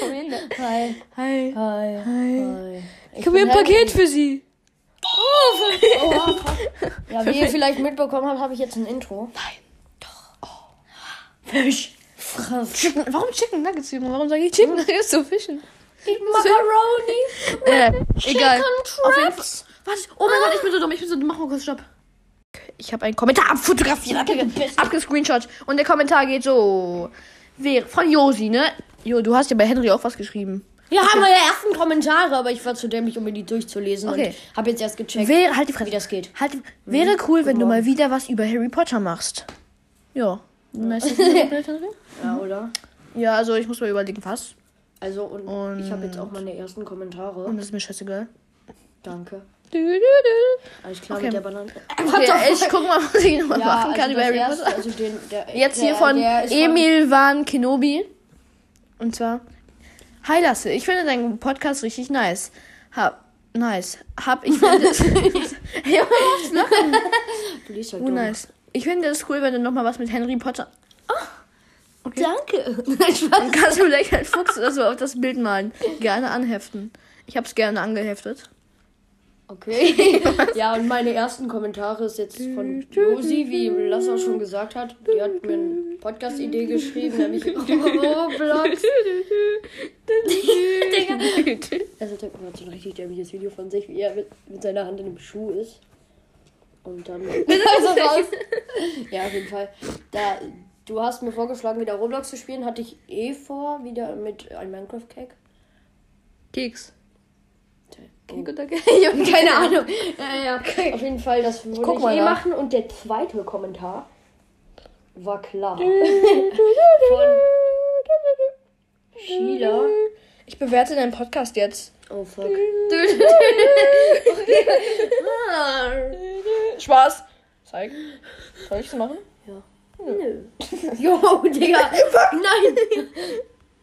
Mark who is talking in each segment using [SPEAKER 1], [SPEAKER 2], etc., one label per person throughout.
[SPEAKER 1] Hi. Hi.
[SPEAKER 2] Hi. Hi.
[SPEAKER 1] Hi.
[SPEAKER 2] Ich habe hier
[SPEAKER 1] bin
[SPEAKER 2] ein Paket für Sie. Oh, für
[SPEAKER 1] Oha, krass. ja, wie ihr vielleicht mitbekommen habt, habe ich jetzt ein Intro.
[SPEAKER 2] Fisch.
[SPEAKER 1] Friss.
[SPEAKER 2] Chicken. Warum Chicken Nuggets, Junge? Warum sage ich Chicken Nuggets zu Fischen?
[SPEAKER 1] Ich Macaroni.
[SPEAKER 2] Äh, egal.
[SPEAKER 1] Chicken
[SPEAKER 2] Auf jeden Fall.
[SPEAKER 1] Traps.
[SPEAKER 2] Was? Oh mein Gott, ich bin so dumm. Ich bin so dumm. Mach mal kurz Stopp. Ich habe einen Kommentar abfotografiert, abge abgescreenshot. Und der Kommentar geht so. Wer- Von Josi, ne? Jo, du hast ja bei Henry auch was geschrieben.
[SPEAKER 1] Ja, haben wir ja ersten Kommentare, aber ich war zu dämlich, um mir die durchzulesen.
[SPEAKER 2] Okay.
[SPEAKER 1] Und habe jetzt erst gecheckt,
[SPEAKER 2] Wäre, halt die Fresse.
[SPEAKER 1] wie das geht.
[SPEAKER 2] Halt, wäre cool, wenn du mal wieder was über Harry Potter machst. Ja. Nice. Henry?
[SPEAKER 1] Ja, oder?
[SPEAKER 2] ja, also ich muss mal überlegen, was.
[SPEAKER 1] Also, und,
[SPEAKER 2] Und-
[SPEAKER 1] ich habe jetzt auch meine ersten Kommentare.
[SPEAKER 2] Und das ist mir scheißegal.
[SPEAKER 1] Danke.
[SPEAKER 2] Du, du, du.
[SPEAKER 1] Alles klar
[SPEAKER 2] Okay.
[SPEAKER 1] mit der Banane.
[SPEAKER 2] Okay, ich guck mal, was ich nochmal
[SPEAKER 1] ja,
[SPEAKER 2] machen kann
[SPEAKER 1] also
[SPEAKER 2] über
[SPEAKER 1] das
[SPEAKER 2] Harry
[SPEAKER 1] erste,
[SPEAKER 2] Potter.
[SPEAKER 1] also den, der,
[SPEAKER 2] Jetzt
[SPEAKER 1] der,
[SPEAKER 2] hier von
[SPEAKER 1] der ist
[SPEAKER 2] Emil Van Kenobi. Und zwar. Hi Lasse, ich finde deinen Podcast richtig nice. Hab. Nice. Hab ich finde es.
[SPEAKER 1] Du liest halt
[SPEAKER 2] oh,
[SPEAKER 1] dumm.
[SPEAKER 2] nice. Ich finde es cool, wenn du nochmal was mit Harry Potter.
[SPEAKER 1] Danke. Nein, Spaß.
[SPEAKER 2] Dann kannst du vielleicht einen Fuchs oder so auf das Bild malen. Gerne anheften. Ich hab's gerne angeheftet.
[SPEAKER 1] Okay. ja, und meine ersten Kommentare ist jetzt von Josi, wie Lasse auch schon gesagt hat. Die hat mir eine Podcast-Idee geschrieben, nämlich Roblox. Also, der hat so ein richtig dämliches Video von sich, wie er mit, mit seiner Hand in einem Schuh ist. Und dann. also raus. Ja, auf jeden Fall. Da, du hast mir vorgeschlagen, wieder Roblox zu spielen. Hatte ich eh vor, wieder mit einem Minecraft-Cake.
[SPEAKER 2] Keks.
[SPEAKER 1] Ich habe keine Ahnung. Ja, ja. Auf jeden Fall, das würde
[SPEAKER 2] guck
[SPEAKER 1] ich
[SPEAKER 2] mal
[SPEAKER 1] eh
[SPEAKER 2] nach.
[SPEAKER 1] machen. Und der zweite Kommentar war klar. Von Sheila.
[SPEAKER 2] Ich bewerte deinen Podcast jetzt.
[SPEAKER 1] Oh fuck.
[SPEAKER 2] Spaß. Zeig. Soll ich's machen?
[SPEAKER 1] Nö. Mhm. Jo, Digga. Nein.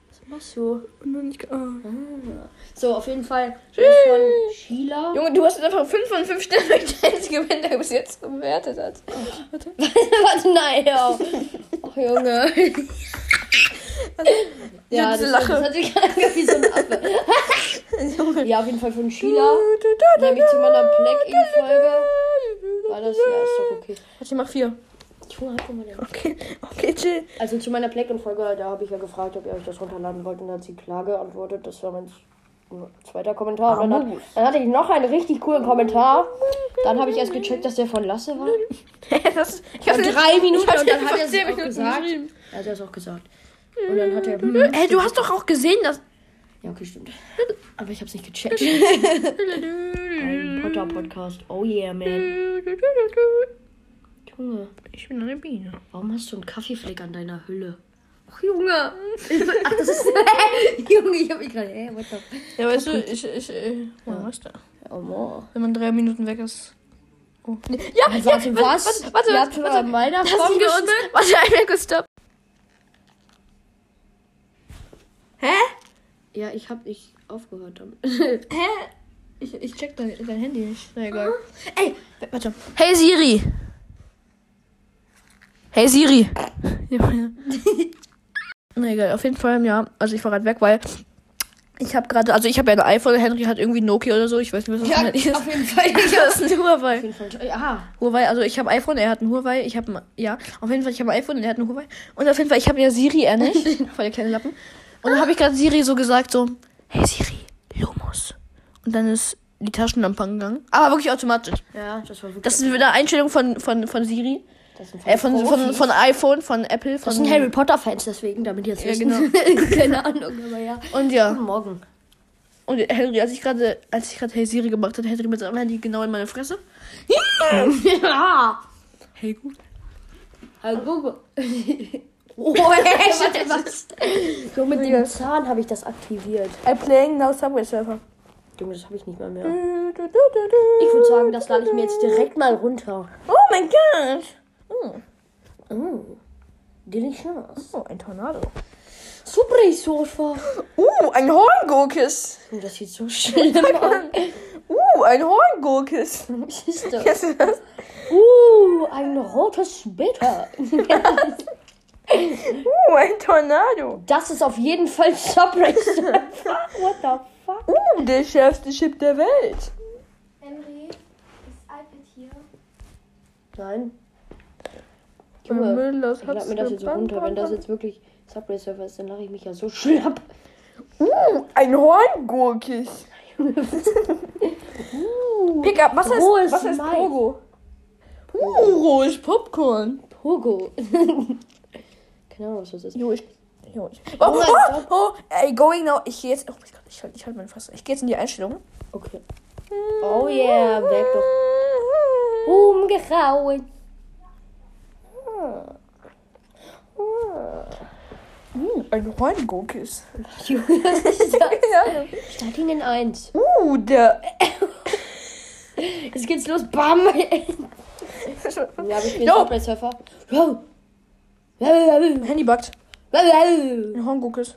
[SPEAKER 1] Was machst du?
[SPEAKER 2] Nur nicht. Oh.
[SPEAKER 1] So, auf jeden Fall von Sheila.
[SPEAKER 2] Junge, du hast jetzt einfach 5 von 5 Sternen, weil ich der einzige bin, der bis jetzt bewertet hat.
[SPEAKER 1] Warte, nein, ja. Ach, Junge. ja, das,
[SPEAKER 2] diese
[SPEAKER 1] Lache. das
[SPEAKER 2] Lache.
[SPEAKER 1] hat sich gerade wie so ein Affe. ja, auf jeden Fall von Sheila. Nämlich zu meiner Black-In-Folge. War das? Ja, ist doch okay.
[SPEAKER 2] Ich mach 4.
[SPEAKER 1] Junge, halt doch mal den-
[SPEAKER 2] Okay, okay, chill.
[SPEAKER 1] Also zu meiner Black-In-Folge, da habe ich ja gefragt, ob ihr euch das runterladen wollt. Und dann hat sie klar geantwortet. Das war mein zweiter Kommentar. Und dann, hat, dann hatte ich noch einen richtig coolen Kommentar. Dann habe ich erst gecheckt, dass der von Lasse war.
[SPEAKER 2] das, ich
[SPEAKER 1] Vor drei Minuten und dann hat er es
[SPEAKER 2] zehn
[SPEAKER 1] auch
[SPEAKER 2] Minuten
[SPEAKER 1] gesagt.
[SPEAKER 2] geschrieben.
[SPEAKER 1] Er hat es auch gesagt. Und dann hat er. hm,
[SPEAKER 2] Ey, Äh, du hast doch auch gesehen, dass.
[SPEAKER 1] Ja, okay, stimmt. Aber ich hab's nicht gecheckt. Ein Potter Podcast. Oh yeah, man. Junge,
[SPEAKER 2] Ich bin eine Biene.
[SPEAKER 1] warum hast du einen Kaffeefleck an deiner Hülle?
[SPEAKER 2] Ach, Junge.
[SPEAKER 1] Ach, das ist. Junge, ich hab mich gerade. Hey, what the.
[SPEAKER 2] Ja, weißt du, ich. ich, ich ja. weißt du,
[SPEAKER 1] Oh, man.
[SPEAKER 2] wenn man drei Minuten weg ist. Oh. Ja,
[SPEAKER 1] Also, also, was?
[SPEAKER 2] Warte, warte,
[SPEAKER 1] Ihr
[SPEAKER 2] warte.
[SPEAKER 1] habt schon an meiner
[SPEAKER 2] Lass uns
[SPEAKER 1] Folge
[SPEAKER 2] uns. Warte, einmal kurz stopp. Hä?
[SPEAKER 1] Ja, ich hab nicht aufgehört damit.
[SPEAKER 2] Hä? Ich, ich check dein, dein Handy nicht. Na egal. Hm? Ey, w- warte. Hey Siri. Hey Siri. Ja, ja. Na egal, auf jeden Fall, ja. Also ich war gerade weg, weil ich habe gerade, also ich habe ja ein iPhone, Henry hat irgendwie ein Nokia oder so, ich weiß nicht, was das für ein Handy ist.
[SPEAKER 1] jeden Fall.
[SPEAKER 2] Ich habe ein Huawei.
[SPEAKER 1] Ja.
[SPEAKER 2] Huawei, also ich habe iPhone, er hat ein Huawei, ich habe ja, auf jeden Fall ich habe ein iPhone und er hat ein Huawei und auf jeden Fall ich habe ja Siri, er nicht, voll der kleine Lappen. Und dann habe ich gerade Siri so gesagt so, hey Siri, Lumos. Und dann ist die Taschenlampe angegangen, aber wirklich automatisch.
[SPEAKER 1] Ja, das war wirklich.
[SPEAKER 2] Das ist wieder Einstellung von von von Siri,
[SPEAKER 1] das sind
[SPEAKER 2] äh, von, von von iPhone, von Apple, von
[SPEAKER 1] Das sind Harry Potter Fans, deswegen, damit jetzt
[SPEAKER 2] Ja,
[SPEAKER 1] wissen. Keine Ahnung, aber genau. ja.
[SPEAKER 2] und ja
[SPEAKER 1] Guten Morgen.
[SPEAKER 2] und Henry, als ich gerade als ich gerade Hey Siri gemacht hat, Henry mit seinem Handy genau in meine Fresse.
[SPEAKER 1] Ja.
[SPEAKER 2] Hey gut.
[SPEAKER 1] Hallo Google. Oh, warte, was? So mit dem Zahn habe ich das aktiviert.
[SPEAKER 2] I'm playing now Subway Surfer.
[SPEAKER 1] Junge, das habe ich nicht mal mehr. Ich würde sagen, das lade ich mir jetzt direkt mal runter.
[SPEAKER 2] Oh mein Gott.
[SPEAKER 1] Mm. Delicious.
[SPEAKER 2] Oh, ein Tornado.
[SPEAKER 1] Super Sofa.
[SPEAKER 2] Uh, ein Horngurkis.
[SPEAKER 1] Und das sieht so schlimm aus.
[SPEAKER 2] Uh, ein Horngurkis.
[SPEAKER 1] Was ist das?
[SPEAKER 2] Kennst du das?
[SPEAKER 1] Uh, ein rotes Bitter.
[SPEAKER 2] Uh, ein Tornado.
[SPEAKER 1] Das ist auf jeden Fall Subway Surfer. What the fuck?
[SPEAKER 2] Uh, der schärfste Chip der Welt.
[SPEAKER 3] Henry, ist iPad hier?
[SPEAKER 1] Nein. Junge,
[SPEAKER 2] Müll, das
[SPEAKER 1] ich lade
[SPEAKER 2] hat's
[SPEAKER 1] mir das jetzt
[SPEAKER 2] gebrannt,
[SPEAKER 1] runter. Wenn das
[SPEAKER 2] Alter.
[SPEAKER 1] jetzt wirklich Subway Surfer ist, dann lache ich mich ja so schlapp.
[SPEAKER 2] Uh, ein Horngurkis. Pickup, was
[SPEAKER 1] Rohes
[SPEAKER 2] ist, was ist
[SPEAKER 1] Mais.
[SPEAKER 2] Pogo? Uh, rohes Popcorn.
[SPEAKER 1] Pogo. Keine Ahnung, was das ist.
[SPEAKER 2] Jo, ich. Jo, ich. Oh, oh, oh, oh, ey, going now. Ich gehe jetzt. Oh mein Gott, ich halte ich halt meinen Fass. Ich gehe jetzt in die Einstellungen.
[SPEAKER 1] Okay. Oh yeah, weg doch. Umgehauen.
[SPEAKER 2] Hm, Ein Horngurkis.
[SPEAKER 1] Junge, was ist das?
[SPEAKER 2] Ja.
[SPEAKER 1] Statt ihnen eins.
[SPEAKER 2] Uh, der.
[SPEAKER 1] Jetzt geht's los. Bam. Ja, aber ich bin
[SPEAKER 2] Jo.
[SPEAKER 1] Subway Surfer. Wow. Wow.
[SPEAKER 2] Handy buggt.
[SPEAKER 1] Wow.
[SPEAKER 2] Ein Horngurkis.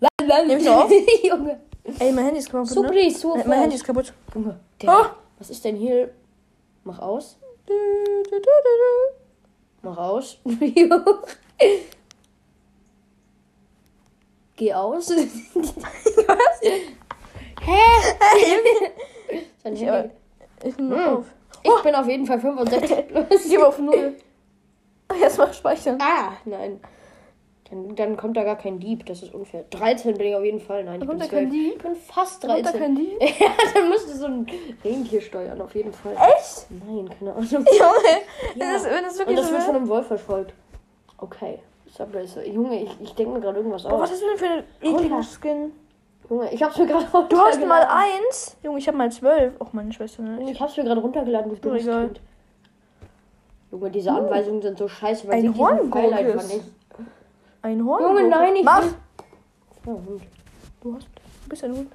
[SPEAKER 1] Wow.
[SPEAKER 2] Nimmst du auf?
[SPEAKER 1] Junge.
[SPEAKER 2] Ey, mein Handy ist kaputt. Ne?
[SPEAKER 1] Subway Surfer.
[SPEAKER 2] Äh, Mein Handy ist kaputt.
[SPEAKER 1] Junge, der,
[SPEAKER 2] Ah.
[SPEAKER 1] was ist denn hier? Mach aus,
[SPEAKER 2] Du, du, du, du,
[SPEAKER 1] mach aus. Jo. Geh aus.
[SPEAKER 2] du. Was? Hä?
[SPEAKER 1] Sein
[SPEAKER 2] Ich,
[SPEAKER 1] Handy-
[SPEAKER 2] aber- ich bin
[SPEAKER 1] Hm.
[SPEAKER 2] auf.
[SPEAKER 1] ich bin auf jeden Fall 65 plus.
[SPEAKER 2] Ich gebe auf Null. Erstmal speichern.
[SPEAKER 1] Ah, nein. Dann, dann kommt da gar kein Dieb, das ist unfair. 13 bin ich auf jeden Fall. Nein, ich
[SPEAKER 2] Kommt
[SPEAKER 1] bin,
[SPEAKER 2] da kein
[SPEAKER 1] 12.
[SPEAKER 2] Dieb?
[SPEAKER 1] ich bin fast
[SPEAKER 2] Kommt da
[SPEAKER 1] 13.
[SPEAKER 2] kein Dieb?
[SPEAKER 1] ja, dann müsste so ein Rentier steuern, auf jeden Fall.
[SPEAKER 2] Echt?
[SPEAKER 1] Nein, keine Ahnung.
[SPEAKER 2] Junge,
[SPEAKER 1] Ja.
[SPEAKER 2] das, wenn das
[SPEAKER 1] Und
[SPEAKER 2] wirklich
[SPEAKER 1] das wird
[SPEAKER 2] so wäre.
[SPEAKER 1] von einem Wolf verfolgt. Okay. Subway Surfer. Junge, ich, ich denke mir gerade irgendwas
[SPEAKER 2] Boah,
[SPEAKER 1] aus.
[SPEAKER 2] was ist denn für ein ekliger Skin?
[SPEAKER 1] Junge, ich hab's mir gerade
[SPEAKER 2] Du hast
[SPEAKER 1] runtergeladen.
[SPEAKER 2] mal eins. Junge, ich habe mal zwölf. Och, meine Schwester. Ne?
[SPEAKER 1] Ich hab's mir gerade runtergeladen, du
[SPEAKER 2] Oh
[SPEAKER 1] dummes
[SPEAKER 2] mein Gott.
[SPEAKER 1] Kind. Junge, diese Anweisungen sind so scheiße, weil
[SPEAKER 2] Ein
[SPEAKER 1] sie diesen
[SPEAKER 2] Horngurkis.
[SPEAKER 1] Pfeil einfach nicht.
[SPEAKER 2] Ein Horn.
[SPEAKER 1] Junge, nein, ich
[SPEAKER 2] Mach.
[SPEAKER 1] will- Ja,
[SPEAKER 2] Oh,
[SPEAKER 1] Hund.
[SPEAKER 2] Du hast. Du bist ein Hund.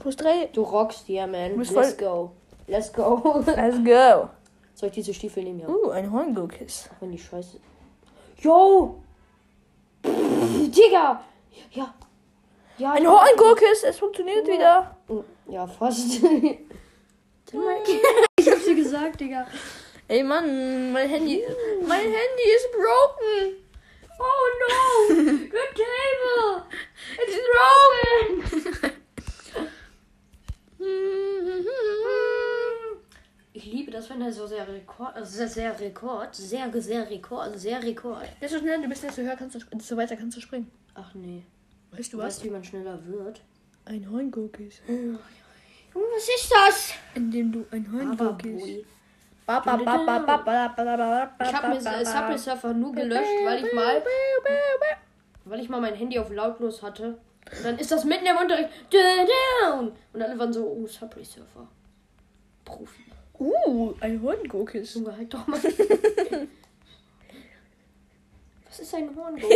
[SPEAKER 2] Plus drei.
[SPEAKER 1] Du rockst hier, man.
[SPEAKER 2] Du bist
[SPEAKER 1] Let's go. Let's go.
[SPEAKER 2] Let's go.
[SPEAKER 1] Soll ich diese Stiefel nehmen? Ja.
[SPEAKER 2] Uh, ein Horngurkis.
[SPEAKER 1] Wenn die scheiße. Yo! Pff, Digga! Ja. Ja.
[SPEAKER 2] Ein Horngurkis. Es funktioniert wieder.
[SPEAKER 1] Ja, fast. ich hab's dir gesagt, Digga.
[SPEAKER 2] Ey, Mann. Mein Handy. Mein Handy ist broken.
[SPEAKER 1] Oh no! Your table! It's broken! Ich liebe das, wenn er so sehr Rekord, also sehr, sehr Rekord, sehr, sehr Rekord, sehr Rekord.
[SPEAKER 2] Desto schneller du bist, desto höher kannst du, desto weiter kannst du springen.
[SPEAKER 1] Ach nee.
[SPEAKER 2] Weißt
[SPEAKER 1] Du weißt, wie man schneller wird.
[SPEAKER 2] Ein Horngurkis.
[SPEAKER 1] Junge, Oh, was ist das?
[SPEAKER 2] Indem du ein
[SPEAKER 1] Aber
[SPEAKER 2] Horngurkis.
[SPEAKER 1] Boy. Ich habe mir äh, Subway Surfer nur gelöscht, weil ich mal, weil ich mal mein Handy auf lautlos hatte. Und dann ist das mitten im Unterricht. Down. Und alle waren so, oh, Subway Surfer. Profi.
[SPEAKER 2] Uh, ein Horngurkis.
[SPEAKER 1] Junge, halt doch mal. Was ist ein Hornboot?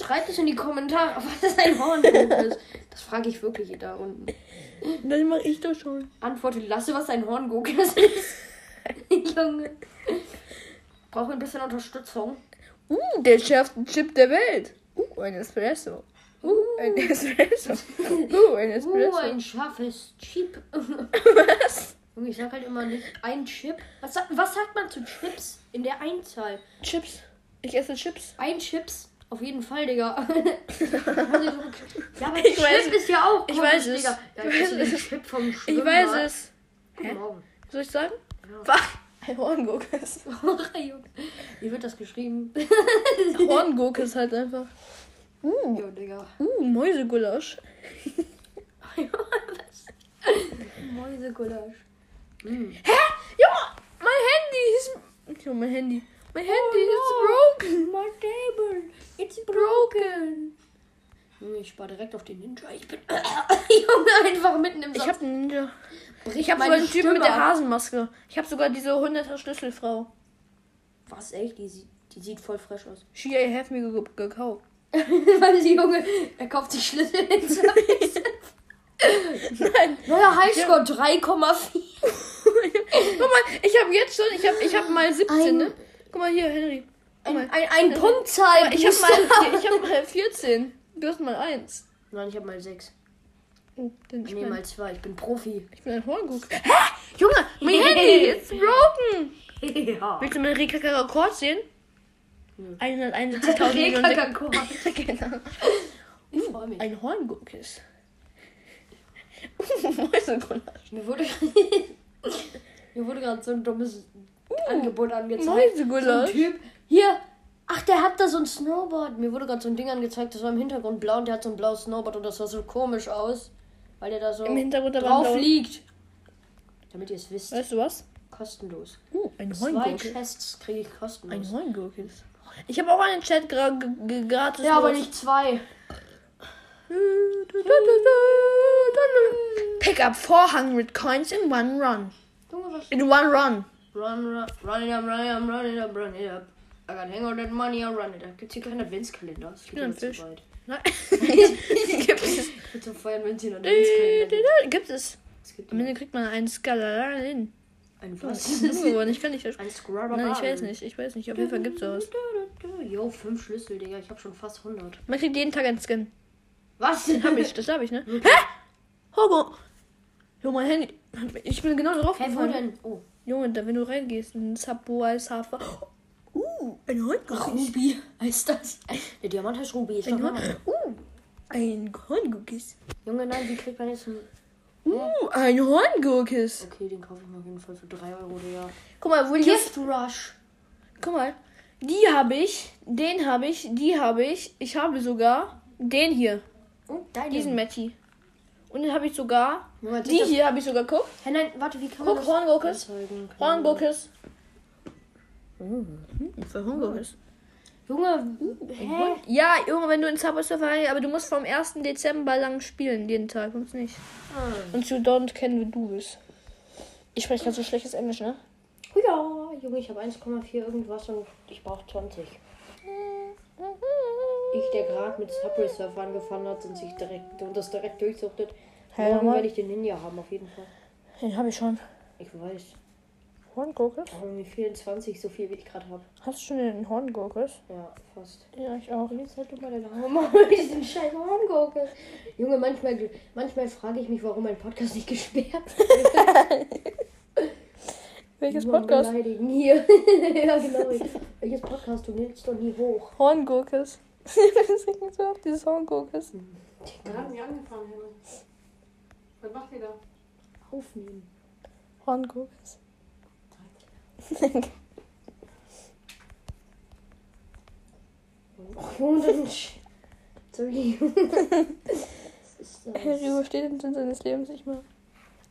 [SPEAKER 1] Schreibt es in die Kommentare, was ist ein Hornboot ist. Das frage ich wirklich hier da unten.
[SPEAKER 2] Dann mach ich doch schon.
[SPEAKER 1] Antworte Lasse, was ein Horngurkis ist. Junge. Brauche ein bisschen Unterstützung.
[SPEAKER 2] Uh, der schärfste Chip der Welt. Uh, ein Espresso. Uh, ein Espresso. Uh, ein
[SPEAKER 1] Uh,
[SPEAKER 2] Espresso.
[SPEAKER 1] ein scharfes Chip.
[SPEAKER 2] Was?
[SPEAKER 1] Junge, ich sag halt immer nicht ein Chip. Was, sa- was sagt man zu Chips in der Einzahl?
[SPEAKER 2] Chips. Ich esse Chips.
[SPEAKER 1] Ein Chips? Auf jeden Fall, Digga. ja, aber ich Chip
[SPEAKER 2] weiß es.
[SPEAKER 1] ist ja auch.
[SPEAKER 2] Ich
[SPEAKER 1] komisch,
[SPEAKER 2] weiß es.
[SPEAKER 1] Digga. Ja,
[SPEAKER 2] Ich
[SPEAKER 1] ich esse
[SPEAKER 2] weiß
[SPEAKER 1] den
[SPEAKER 2] es.
[SPEAKER 1] Chip vom
[SPEAKER 2] Ich
[SPEAKER 1] Schwimmbad.
[SPEAKER 2] weiß es.
[SPEAKER 1] Guten Morgen.
[SPEAKER 2] Was soll ich sagen?
[SPEAKER 1] Ja.
[SPEAKER 2] Wach. Ein Horngurkis.
[SPEAKER 1] Junge. Wie wird das geschrieben?
[SPEAKER 2] Horngurkis halt einfach.
[SPEAKER 1] Jo, Digga.
[SPEAKER 2] Uh, Mäusegulasch.
[SPEAKER 1] Mäusegulasch.
[SPEAKER 2] Ja, mein Handy ist... Ja, mein Handy. Oh, Mein
[SPEAKER 1] Oh,
[SPEAKER 2] Handy ist broken.
[SPEAKER 1] My table. It's broken. Junge, ich war direkt auf den Ninja. Ich bin. Junge, einfach mitten im
[SPEAKER 2] Ich
[SPEAKER 1] Satz.
[SPEAKER 2] hab einen Ninja.
[SPEAKER 1] Brich
[SPEAKER 2] Ich hab
[SPEAKER 1] meine
[SPEAKER 2] sogar einen Typen mit
[SPEAKER 1] Stimme
[SPEAKER 2] der
[SPEAKER 1] ab.
[SPEAKER 2] Hasenmaske. Ich hab sogar diese 100er Schlüsselfrau.
[SPEAKER 1] Was, echt? Die, sieht- die sieht voll fresh aus.
[SPEAKER 2] She I have me ge- gekauft.
[SPEAKER 1] Weil sie Junge, er kauft sich Schlüssel in
[SPEAKER 2] Nein.
[SPEAKER 1] Neuer Highscore 3,4.
[SPEAKER 2] Guck mal, ich habe jetzt schon, ich habe ich hab mal 17,
[SPEAKER 1] Ein-
[SPEAKER 2] ne? Guck mal hier, Henry. Guck
[SPEAKER 1] Ein,
[SPEAKER 2] mal.
[SPEAKER 1] ein, ein Punktzahl.
[SPEAKER 2] Ich habe mal, ich hab mal 14. Du hast mal 1.
[SPEAKER 1] Nein, ich hab mal 6.
[SPEAKER 2] Oh, denn ich,
[SPEAKER 1] Nee,
[SPEAKER 2] bin,
[SPEAKER 1] mal 2. Ich bin Profi.
[SPEAKER 2] ich bin ein Hornguck. Hä? Junge, mein Handy ist broken.
[SPEAKER 1] Ja.
[SPEAKER 2] Willst du meinen Rekakakord sehen? 171.000 Millionen.
[SPEAKER 1] Kakao.
[SPEAKER 2] genau.
[SPEAKER 1] Ich freue mich.
[SPEAKER 2] Ein Horngurkis. Mäusegulasch.
[SPEAKER 1] Mir wurde, mir wurde gerade so ein dummes
[SPEAKER 2] Uh,
[SPEAKER 1] Angebot angezeigt. So ein
[SPEAKER 2] Mäusegulasch.
[SPEAKER 1] Typ, hier, ach, der hat da so ein Snowboard. Mir wurde gerade so ein Ding angezeigt, das war im Hintergrund blau und der hat so ein blaues Snowboard und das sah so komisch aus, weil der da so
[SPEAKER 2] Im Hintergrund aber
[SPEAKER 1] drauf
[SPEAKER 2] blau.
[SPEAKER 1] liegt. Damit ihr es wisst,
[SPEAKER 2] Weißt du was?
[SPEAKER 1] kostenlos.
[SPEAKER 2] Oh, ein
[SPEAKER 1] Zwei
[SPEAKER 2] Horngurkis.
[SPEAKER 1] Chests kriege ich
[SPEAKER 2] Ein
[SPEAKER 1] kostenlos.
[SPEAKER 2] Horngurkis. Ich habe auch einen Chat gra- g- g- gratis.
[SPEAKER 1] Ja, aber
[SPEAKER 2] los.
[SPEAKER 1] nicht zwei.
[SPEAKER 2] Pick up Vorhang with coins in one run.
[SPEAKER 1] Junge, was?
[SPEAKER 2] In one run.
[SPEAKER 1] Run, run, run it up, run it up, run it up, run it up. I got hang on that money, I'll run it up. Gibt's hier keinen Adventskalender? Ich
[SPEAKER 2] bin ein Fisch.
[SPEAKER 1] Weit.
[SPEAKER 2] Nein. Gibt Ne? es.
[SPEAKER 1] Ich bin zum Feiern, wenn sie einen Adventskalender gibt.
[SPEAKER 2] Gibt es.
[SPEAKER 1] Es gibt
[SPEAKER 2] Am Ende kriegt man einen Skalarin.
[SPEAKER 1] ein
[SPEAKER 2] Das
[SPEAKER 1] was?
[SPEAKER 2] ist dumm geworden. Ich kann nicht versprechen.
[SPEAKER 1] Ein Scrubber.
[SPEAKER 2] Nein, ich weiß nicht. Ich weiß nicht. Auf jeden Fall gibt es sowas.
[SPEAKER 1] Jo, fünf Schlüssel, Digga. Ich hab schon fast 100.
[SPEAKER 2] Man kriegt jeden Tag einen Skin.
[SPEAKER 1] Was?
[SPEAKER 2] Hab ich, das hab ich, ne? Hä? Hogo! Jo, mein Handy. Ich bin genau drauf
[SPEAKER 1] Hey, wo
[SPEAKER 2] gefallen.
[SPEAKER 1] denn? Oh,
[SPEAKER 2] Junge, da wenn du reingehst in Subway, Safa. Uh, ein Horngurkis.
[SPEAKER 1] Ruby heißt das. Der Diamant heißt Ruby. Ich
[SPEAKER 2] Ein
[SPEAKER 1] glaub,
[SPEAKER 2] Horn.
[SPEAKER 1] mal.
[SPEAKER 2] Uh, ein Horngurkis.
[SPEAKER 1] Junge, nein, wie kriegt man jetzt einen... Hm?
[SPEAKER 2] Uh, ein Horngurkis.
[SPEAKER 1] Okay, den kaufe ich mir auf jeden Fall für 3 Euro, Digga.
[SPEAKER 2] Guck mal, wo die.
[SPEAKER 1] Gift Rush.
[SPEAKER 2] Guck mal. Die habe ich, den habe ich, die habe ich. Ich habe sogar den hier,
[SPEAKER 1] Und deine.
[SPEAKER 2] diesen Matty. Und den habe ich sogar.
[SPEAKER 1] Moment,
[SPEAKER 2] Die
[SPEAKER 1] ich hab-
[SPEAKER 2] hier habe ich sogar, guck.
[SPEAKER 1] Hä, nein, warte, wie kann man
[SPEAKER 2] Guck,
[SPEAKER 1] das
[SPEAKER 2] Horngurkis.
[SPEAKER 1] anzeigen? Keine Ahnung.
[SPEAKER 2] Horngurkis. Hm, für Horngurkis.
[SPEAKER 1] Junge, hä?
[SPEAKER 2] Ja, Junge, wenn du in Subway Surfer, aber du musst vom 1. Dezember lang spielen, jeden Tag, sonst nicht. Und zu don't kennen, wie du bist. Ich spreche ganz so schlechtes Englisch, ne?
[SPEAKER 1] Ja, Junge, ich habe 1,4 irgendwas und ich brauche 20. Ich, der gerade mit Subway Surf angefangen hat und sich direkt und das direkt durchsuchtet.
[SPEAKER 2] Hä,
[SPEAKER 1] Morgen
[SPEAKER 2] Mann?
[SPEAKER 1] werde ich den Ninja haben, auf jeden Fall.
[SPEAKER 2] Den habe ich schon.
[SPEAKER 1] Ich weiß.
[SPEAKER 2] Horngurkis?
[SPEAKER 1] Aber mir fehlen 20, so viel wie ich gerade habe.
[SPEAKER 2] Hast du schon den Horngurkis?
[SPEAKER 1] Ja, fast.
[SPEAKER 2] Ja, ich auch.
[SPEAKER 1] Jetzt halt du mal deine Augen mal mit diesen scheiß Horngurken. Junge, manchmal, manchmal frage ich mich, warum mein Podcast nicht gesperrt wird.
[SPEAKER 2] Welches
[SPEAKER 1] Niemand
[SPEAKER 2] Podcast?
[SPEAKER 1] Beleidigen hier. ja, genau. Welches Podcast? Du nimmst doch nie hoch.
[SPEAKER 2] Horngurkis. das klingt so auf dieses Horngurkis.
[SPEAKER 4] Wir haben hier angefangen, Henry. Was macht ihr da?
[SPEAKER 1] Aufnehmen.
[SPEAKER 2] Horngurkis.
[SPEAKER 1] Ach, Junge, das ist sch- Sorry. Das ist
[SPEAKER 2] Harry
[SPEAKER 1] das.
[SPEAKER 2] übersteht den Sinn seines Lebens nicht mehr.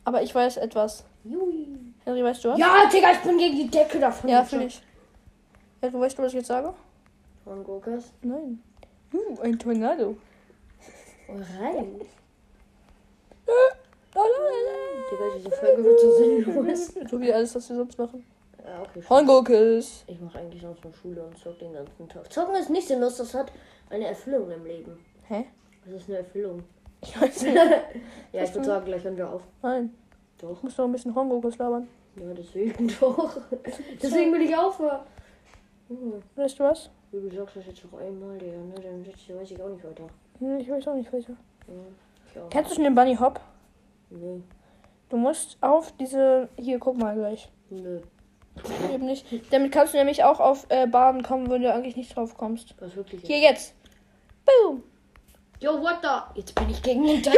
[SPEAKER 2] Aber ich weiß etwas.
[SPEAKER 1] Jui.
[SPEAKER 2] Henry, weißt du was?
[SPEAKER 1] Ja, Digga, ich bin gegen die Decke davon.
[SPEAKER 2] ja finde ich. Henry, weißt du, was ich jetzt sage?
[SPEAKER 1] Und Gurkas.
[SPEAKER 2] Nein. Uh, ein Tornado.
[SPEAKER 1] Oh, Rein.
[SPEAKER 2] So
[SPEAKER 1] Digga, diese Folge wird so sinnlos.
[SPEAKER 2] wie alles, was wir sonst machen.
[SPEAKER 1] Ja, okay. schon.
[SPEAKER 2] Horngurkis.
[SPEAKER 1] Ich mache eigentlich sonst nur Schule und zock den ganzen Tag. Zocken ist nicht sinnlos, das hat eine Erfüllung im Leben.
[SPEAKER 2] Hä?
[SPEAKER 1] Das ist eine Erfüllung.
[SPEAKER 2] Ich weiß nicht.
[SPEAKER 1] ja, ich würde sagen, gleich hören wir auf.
[SPEAKER 2] Nein.
[SPEAKER 1] Doch.
[SPEAKER 2] Ich muss noch ein bisschen Horngurkis labern.
[SPEAKER 1] Ja, deswegen doch. Deswegen will ich aufhören. Junge,
[SPEAKER 2] Weißt du was?
[SPEAKER 1] Du sagst das jetzt noch einmal, Digga, ne? Dann weiß ich auch nicht weiter.
[SPEAKER 2] Hm, Ich weiß auch nicht, welcher.
[SPEAKER 1] Ich auch.
[SPEAKER 2] Kennst du schon den Bunny Hop?
[SPEAKER 1] Nö,
[SPEAKER 2] Du musst auf diese. Hier, guck mal gleich.
[SPEAKER 1] nö.
[SPEAKER 2] Eben nicht. Damit kannst du nämlich auch auf äh, Bahnen kommen, wo du eigentlich nicht drauf kommst.
[SPEAKER 1] Was wirklich?
[SPEAKER 2] Hier jetzt. Boom.
[SPEAKER 1] Yo, what the? Jetzt bin ich gegen den Teil.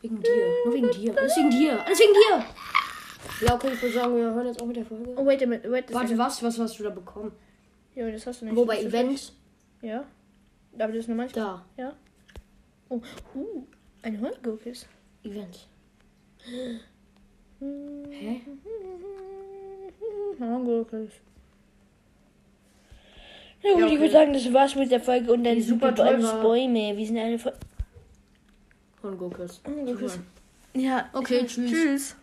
[SPEAKER 1] Wegen dir. Nur wegen dir. Alles wegen dir. Alles wegen dir. Ja, okay, ich würde sagen, wir hören jetzt auch mit der Folge.
[SPEAKER 2] Oh, wait a minute. Wait a
[SPEAKER 1] Warte,
[SPEAKER 2] second.
[SPEAKER 1] was? Was hast du da bekommen?
[SPEAKER 2] Junge, das hast du nicht.
[SPEAKER 1] Wobei
[SPEAKER 2] Das ist-
[SPEAKER 1] Events?
[SPEAKER 2] Ja. Aber das ist nur manchmal.
[SPEAKER 1] Da.
[SPEAKER 2] Ja. Oh. Uh, ein Horngurkis.
[SPEAKER 1] Events.
[SPEAKER 2] Hm,
[SPEAKER 1] Hä?
[SPEAKER 2] Horngurkis. Na gut,
[SPEAKER 1] Ja,
[SPEAKER 2] ich
[SPEAKER 1] okay.
[SPEAKER 2] würde sagen, das war's mit der Folge und dann
[SPEAKER 1] Die super
[SPEAKER 2] Bäume.
[SPEAKER 1] teure-
[SPEAKER 2] Bäume. Wir sind eine Folge.
[SPEAKER 1] Horngurkes.
[SPEAKER 2] Horngurkis. Ja.
[SPEAKER 1] Okay, tschüss.
[SPEAKER 2] Tschüss.